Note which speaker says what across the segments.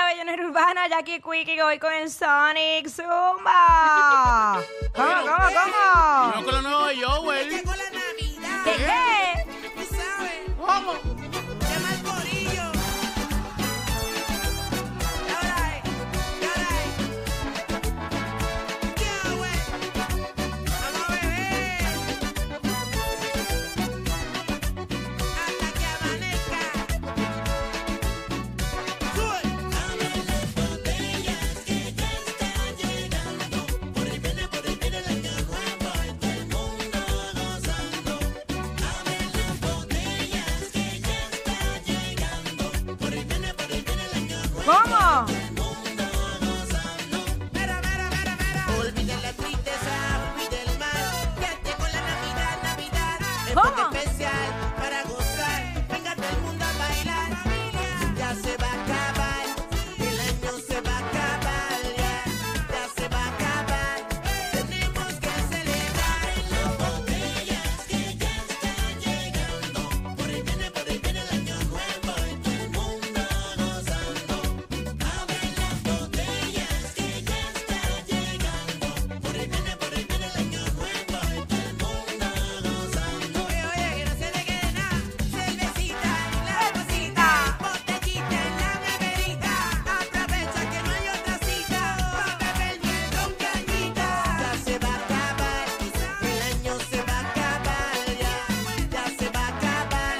Speaker 1: Llanera Urbana, Jackie Quickie, hoy con el Sonic Zumba. ¿Cómo, cómo,
Speaker 2: Vamos
Speaker 1: cómo?
Speaker 2: con lo nuevo de Joel.
Speaker 3: Llegó la Navidad.
Speaker 1: ¿Qué, qué?
Speaker 3: Tú sabes,
Speaker 2: Vamos.
Speaker 3: llama al corillo. Y ahora es, y ahora es. Ya, güey. Vamos a beber. Hasta que amanezca. Sube.
Speaker 1: ¿Cómo?
Speaker 3: Mira, mira, mira, mira. Olvida la tristeza, olvida el mal. Ya llegó la Navidad, Navidad. Es
Speaker 1: ¿Cómo?
Speaker 3: puente especial para gozar. Venga todo el mundo a bailar. Ya se va a acabar. El año se va a acabar. Ya, ya se va a acabar. Tenemos que celebrar. Las botellas que ya están llegando. Por ahí viene, por ahí viene el año nuevo. Y todo el mundo gozando. Abren las botellas que ya está llegando. Por ahí viene, por ahí viene el año nuevo. Y todo el mundo gozando. Oye, oye, que no se te quede nada. Cervecita en la cosita. Botellita en la beberita. Aprovecha que no hay otra cita. Pa' beber bien con cañita. Ya se va a acabar. El año se va a acabar. Ya, ya se va a acabar.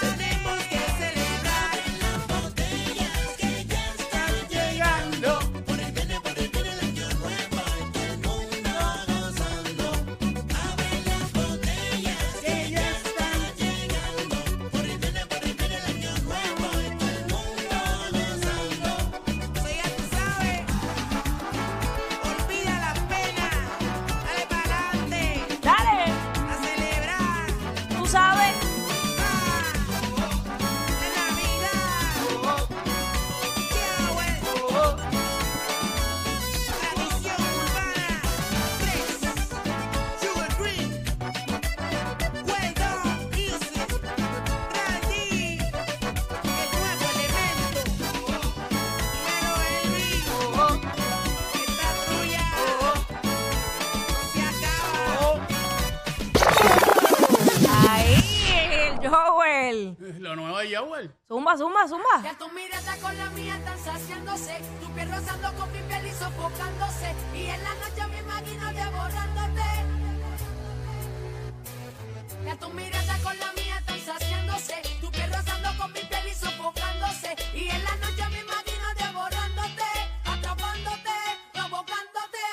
Speaker 3: Tenemos que celebrar. Las botellas que ya están
Speaker 2: Llegando.
Speaker 3: por ahí viene, por ahí viene el año nuevo y todo el mundo gozando. Abre las botellas que ya están llegando. Por ahí viene, por ahí viene el año nuevo y todo el mundo gozando. Oye, ya tú sabes, olvida las penas, dale para adelante,
Speaker 1: Dale,
Speaker 3: a celebrar.
Speaker 1: tú sabes.
Speaker 3: Ah, la Navidad. Ya, güey. Tradición urbana. Tres. Sugar Green. Huedo. Music. Randy. El nuevo elemento. Primero el río. Esta trulla. Se acaba.
Speaker 1: Ahí, el Joel.
Speaker 2: Lo nuevo de Joel.
Speaker 1: Zumba, zumba, zumba.
Speaker 4: Ya tu mirada con la mía están saciándose. Tu piel rozando con mi piel y sofocándose. Y en la noche me imagino devorándote. Ya tu mirada con la mía están saciándose. Tu piel rozando con mi piel y sofocándose. Y en la noche me imagino devorándote. Atrapándote, provocándote.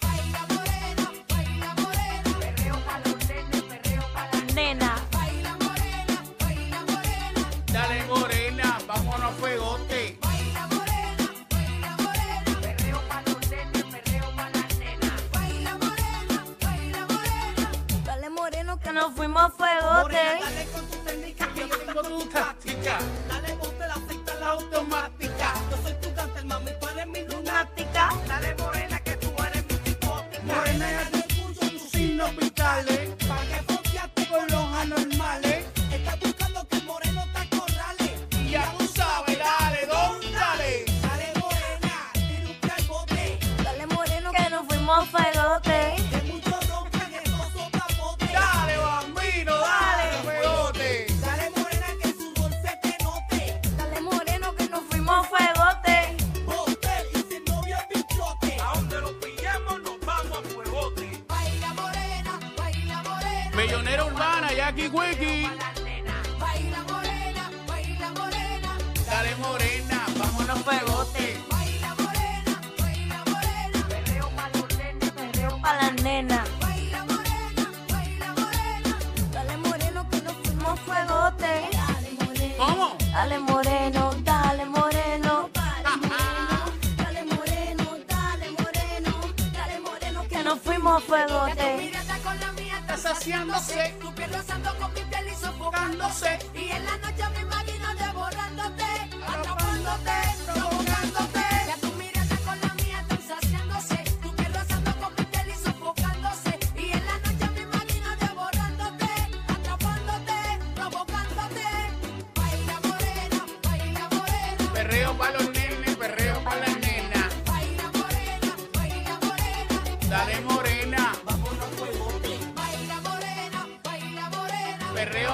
Speaker 4: Baila morena, baila morena. Perreo pa' los nenes, perreo pa' la...
Speaker 1: Nena.
Speaker 4: Baila morena, baila morena.
Speaker 2: Dale, morena. Vámonos, fuegote.
Speaker 4: Baila morena, baila morena, perreo pa' los nenes, perreo pa' las nenas. Baila morena, baila morena,
Speaker 1: Dale moreno que nos fuimos a
Speaker 3: Morena,
Speaker 1: fuegote.
Speaker 3: dale con tu técnica que
Speaker 2: Yo
Speaker 3: yo tengo
Speaker 2: tengo tu táctica.
Speaker 3: Dale, ponte la cinta, la automática. Yo soy tu cáncer, mami, tú eres mi lunática. Dale, morena, que tú eres mi psicótica.
Speaker 2: Morena, ya te escucho tus signos vitales.
Speaker 3: eh. pa' que foqueaste
Speaker 2: Con los anormales.
Speaker 3: Estás buscando que el moreno te acorrale.
Speaker 2: Y ya tú sabes, dale, don, dale.
Speaker 3: Dale, morena, tira un bote.
Speaker 1: Dale moreno que nos fuimos a fuegote.
Speaker 3: Que mucho rompen esos sopapotes.
Speaker 2: Dale, bambino, dale, fuegote.
Speaker 3: Dale, morena, que su sudor se te note.
Speaker 1: Dale moreno que nos fuimos a fuegote.
Speaker 3: Bote, y si no vio bichote.
Speaker 5: A donde los pillamos nos vamos a fuegote.
Speaker 4: baila morena, baila morena,
Speaker 2: Millonera urbana, Jackie Wiki.
Speaker 4: baila morena, baila morena,
Speaker 2: Dale, morena. Vámonos, fuegote.
Speaker 4: baila morena, baila morena, perreo pa' los nenes, perreo pa'
Speaker 1: Para la nena.
Speaker 4: Baila morena, baila morena,
Speaker 1: Dale moreno que nos fuimos a fuegote.
Speaker 4: dale morena,
Speaker 2: ¿Cómo?
Speaker 1: Dale moreno, dale moreno.
Speaker 4: dale moreno, dale moreno, dale moreno, dale moreno que
Speaker 1: Que nos fuimos a
Speaker 4: Ya tu
Speaker 1: fuegote.
Speaker 4: mirada con la mía está saciándose. Tu piel rozando con mi piel y sofocándose. Y en la noche me imagino devorándote, atrapándote, provocándote. Ya tu mirada con la mía está saciándose. Tu piel rozando con mi piel y sofocándose. Y en la noche me imagino devorándote, atrapándote, provocándote. Baila morena, baila morena.
Speaker 2: Perreo para los nenes, perreo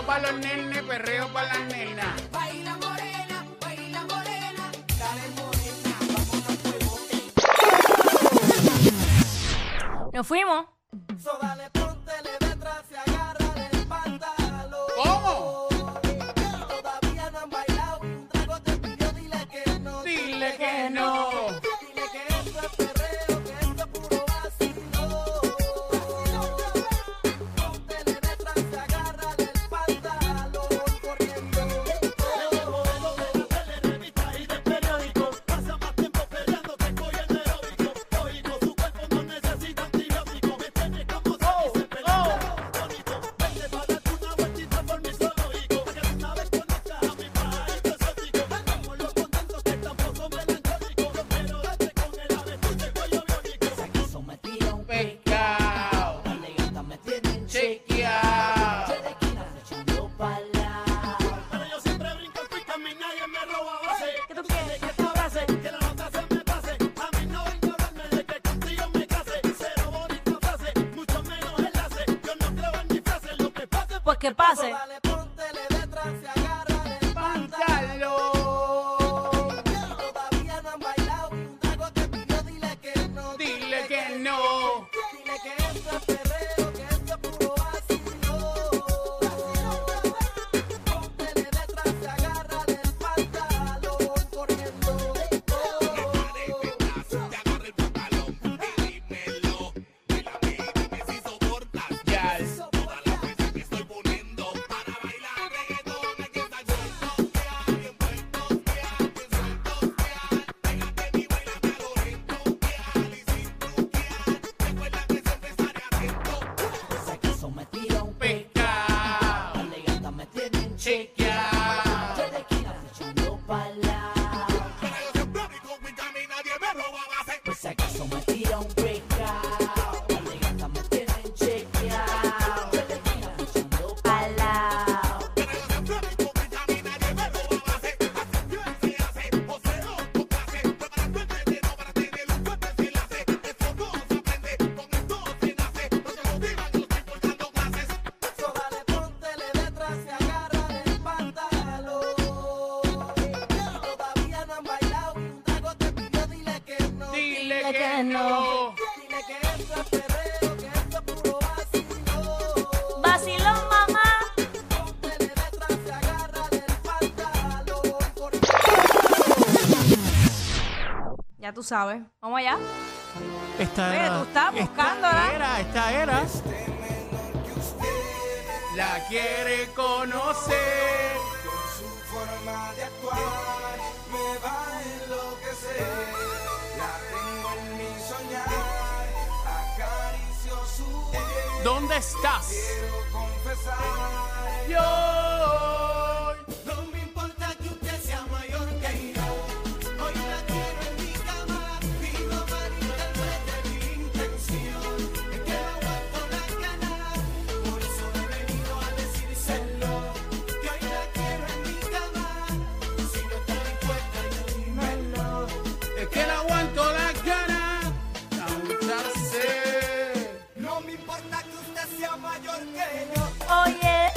Speaker 2: para los nenes, perreo para las nenas.
Speaker 3: Baila morena, baila morena, dale morena, vámonos huevote.
Speaker 1: Nos fuimos.
Speaker 6: So dale, póntele detrás y agárrale el pantalón.
Speaker 2: ¿Cómo?
Speaker 6: Todavía no han bailado, un trago te pidió, dile que no.
Speaker 2: Dile que no.
Speaker 6: Dile que esto es perreo, que esto es puro vacilón. Póntele detrás y agárrale el pantalón. Corriendo.
Speaker 2: Pescado. Chequeado.
Speaker 1: ¿Qué tú quieres? Pues que pase.
Speaker 6: Dale, póntele detrás y agárrale el
Speaker 2: Pantalón.
Speaker 6: pantalón. Todavía no han bailado, un trago te pidió, dile que no.
Speaker 2: Dile que no.
Speaker 6: Dile que esto es perreo, que esto es puro vacilón. Póntele detrás y agárrale el pantalón, corriendo.
Speaker 2: Ya. Pescado. Chequeado.
Speaker 6: So dale, póntele detrás y agárrale el pantalón. Todavía no han bailado, un trago te pidió, dile que no.
Speaker 2: Dile que no.
Speaker 6: Dile que esto es perreo, que esto es puro vacilón.
Speaker 1: Vacilón, mamá.
Speaker 6: Póntele detrás y agárrale el pantalón. Corriendo.
Speaker 1: Ya tú sabes. Vamos allá.
Speaker 7: Esta
Speaker 1: Oye,
Speaker 7: era,
Speaker 1: tú estás buscándola.
Speaker 7: Esta era, esta era.
Speaker 2: La quiere conocer.
Speaker 7: ¿Dónde estás?
Speaker 2: Yo.
Speaker 6: No me importa que usted sea mayor que yo. Hoy la quiero en mi cama y no malinterprete mi intención. Es que no aguanto las ganas, por eso he venido a decírselo. Que hoy la quiero en mi cama, si no está dispuesta, yo dímelo.
Speaker 2: Es que no aguanto las ganas de abusarse.
Speaker 6: No me importa que usted sea mayor que yo.
Speaker 1: Oye.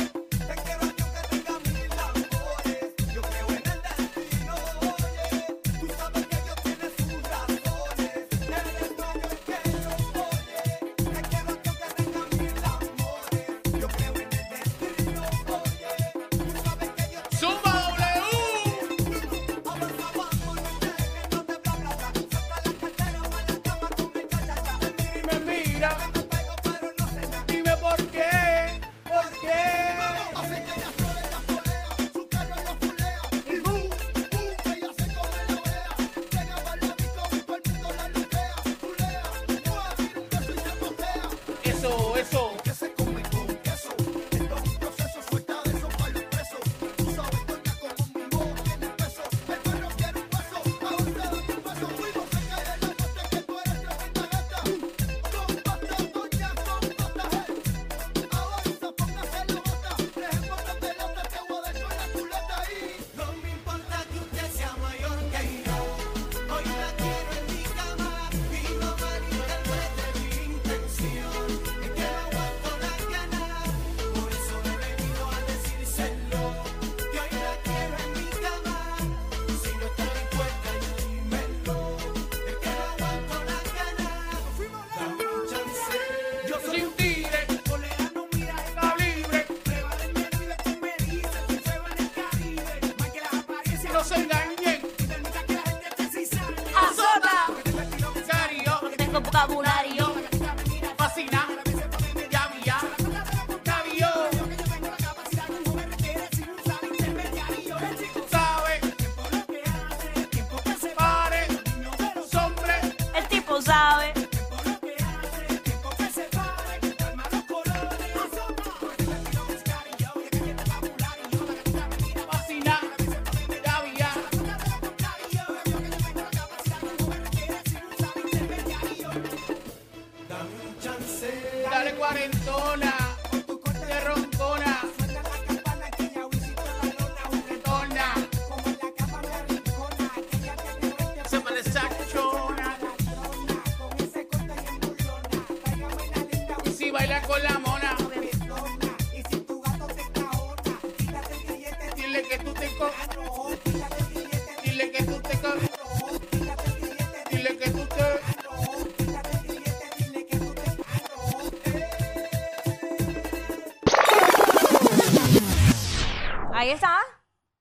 Speaker 6: Te quiero yo que tenga mil amores, yo creo en el destino, oye. Tú sabes que Dios tiene sus razones, eres mayor que yo, oye. Te quiero yo que tenga mil amores, yo creo en el destino, oye. Tú sabes que Dios
Speaker 2: ¡Zumba W!
Speaker 6: avanza abajo, no te dejes, no te bla bla bla. Saca la cartera o a la cama con mi chachacha.
Speaker 2: Y me mira
Speaker 6: Me pego pero no se da.
Speaker 2: Dime por qué, por qué.
Speaker 6: Hace que ella flore, ella floreo, su carro ella fulea, y boom, boom, ella se come la oreja, llega para la pico, todo el mundo la lutea, fulea, no a mí un beso y se posea,
Speaker 2: Eso, eso.
Speaker 6: que se come con queso, esto es un proceso, suelta de eso para los presos, tú sabes doña como mi amor tiene peso, el perro quiere un paso, ahora te doy un paso, fuimos a caer en la noche que tú eres tremenda gata, con pasta, doña, con pasta, hey. Avanza, póngase la bota, tres patas delante, te voy a dejar la culata ahí. No me importa que usted sea mayor que yo, hoy la quiero en mi cama y no malinterprete mi intención. Es que la
Speaker 3: vocabulario.
Speaker 2: Fascina, llavia, cabio. Sabe, pare, sombre,
Speaker 1: El tipo sabe.
Speaker 2: fascina, llavia. Dale cuarentona, de roncona, retorna. Se me desachona. Si baila con la mona, dile que tú te co... Dile que tú te co... Dile que tú te...
Speaker 1: Ahí está.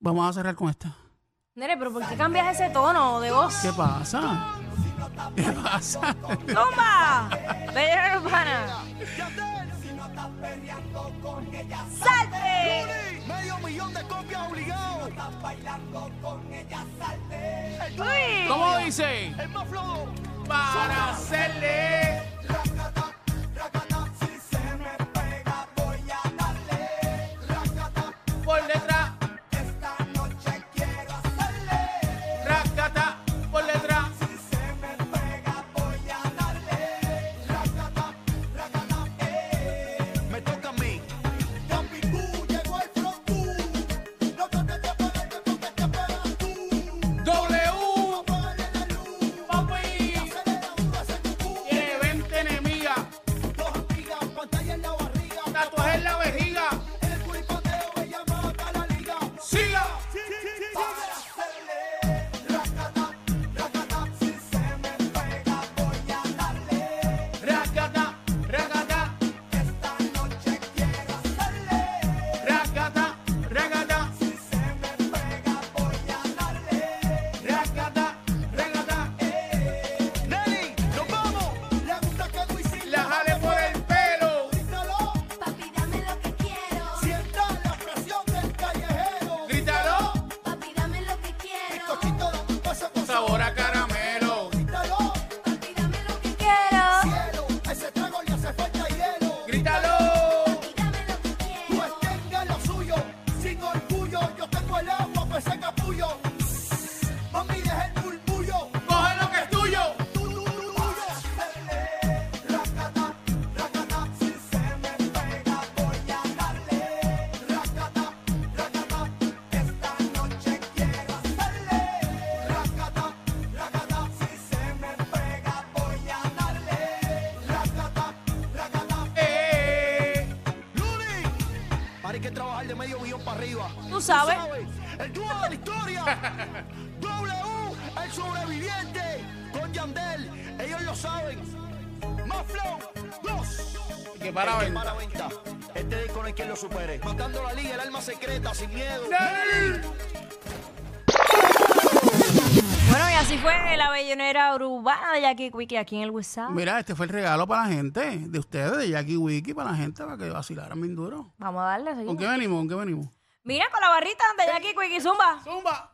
Speaker 2: Vamos a cerrar con esta.
Speaker 1: Nere, pero ¿por qué cambias ese tono de voz?
Speaker 2: ¿Qué pasa? ¿Qué pasa?
Speaker 1: ¡Tumba! ¡Bella urbana! ¡Salte!
Speaker 8: Medio millón de copias obligado.
Speaker 1: ¡Uy!
Speaker 2: ¿Cómo dice?
Speaker 8: El más flojo.
Speaker 2: Para hacerle. Por detrás. Racata, por detrás.
Speaker 8: Me toca a mí.
Speaker 2: W. Papi. Tiene 20 enemigas. Tatuaje en la vejiga. Siga. Racata, racata. Racata, racata. Racata, racata.
Speaker 8: Nelly, nos vamos.
Speaker 2: La jale por el pelo.
Speaker 3: Papi, dame lo que quiero.
Speaker 2: Grítalo.
Speaker 3: Papi, dame lo que quiero.
Speaker 2: Sabor a caramelo.
Speaker 3: Papi, dame lo que quiero.
Speaker 8: Ese trago le hace falta hielo.
Speaker 2: Grítalo.
Speaker 3: Papi, dame lo que quiero.
Speaker 8: Pues tenga lo suyo, sin orgullo, yo tengo el agua, pues ese capullo. Mami, deja el murmullo,
Speaker 2: Coge lo que es tuyo.
Speaker 8: tú, tú, tú, tuyo. Racata, racata, si se me pega voy a darle. Racata, racata, esta noche quiero hacerle. Racata, racata, si se me pega voy a darle. Racata, racata,
Speaker 2: Eh.
Speaker 8: Luli. Para que trabajar de medio millón para arriba.
Speaker 1: Tú sabes.
Speaker 8: El dúo de la historia. W, el sobreviviente. Con Yandel. Ellos lo saben. Más flow. Dos.
Speaker 2: Que para
Speaker 8: El que
Speaker 2: venta.
Speaker 8: para venta. Este disco no hay quien lo supere. Matando la liga, el alma secreta, sin miedo.
Speaker 1: Bueno, y así fue la bellonera urbana de Jackie Quickie aquí en el WhatsApp.
Speaker 2: Mira, este fue el regalo para la gente, de ustedes, de Jackie Wiki, para la gente, para que vacilaran bien duro.
Speaker 1: Vamos a darle,
Speaker 2: ¿Con
Speaker 1: seguimos.
Speaker 2: qué venimos? ¿Con qué venimos?
Speaker 1: Mira, con la barrita de Jackie Quickie Zumba.
Speaker 2: Zumba.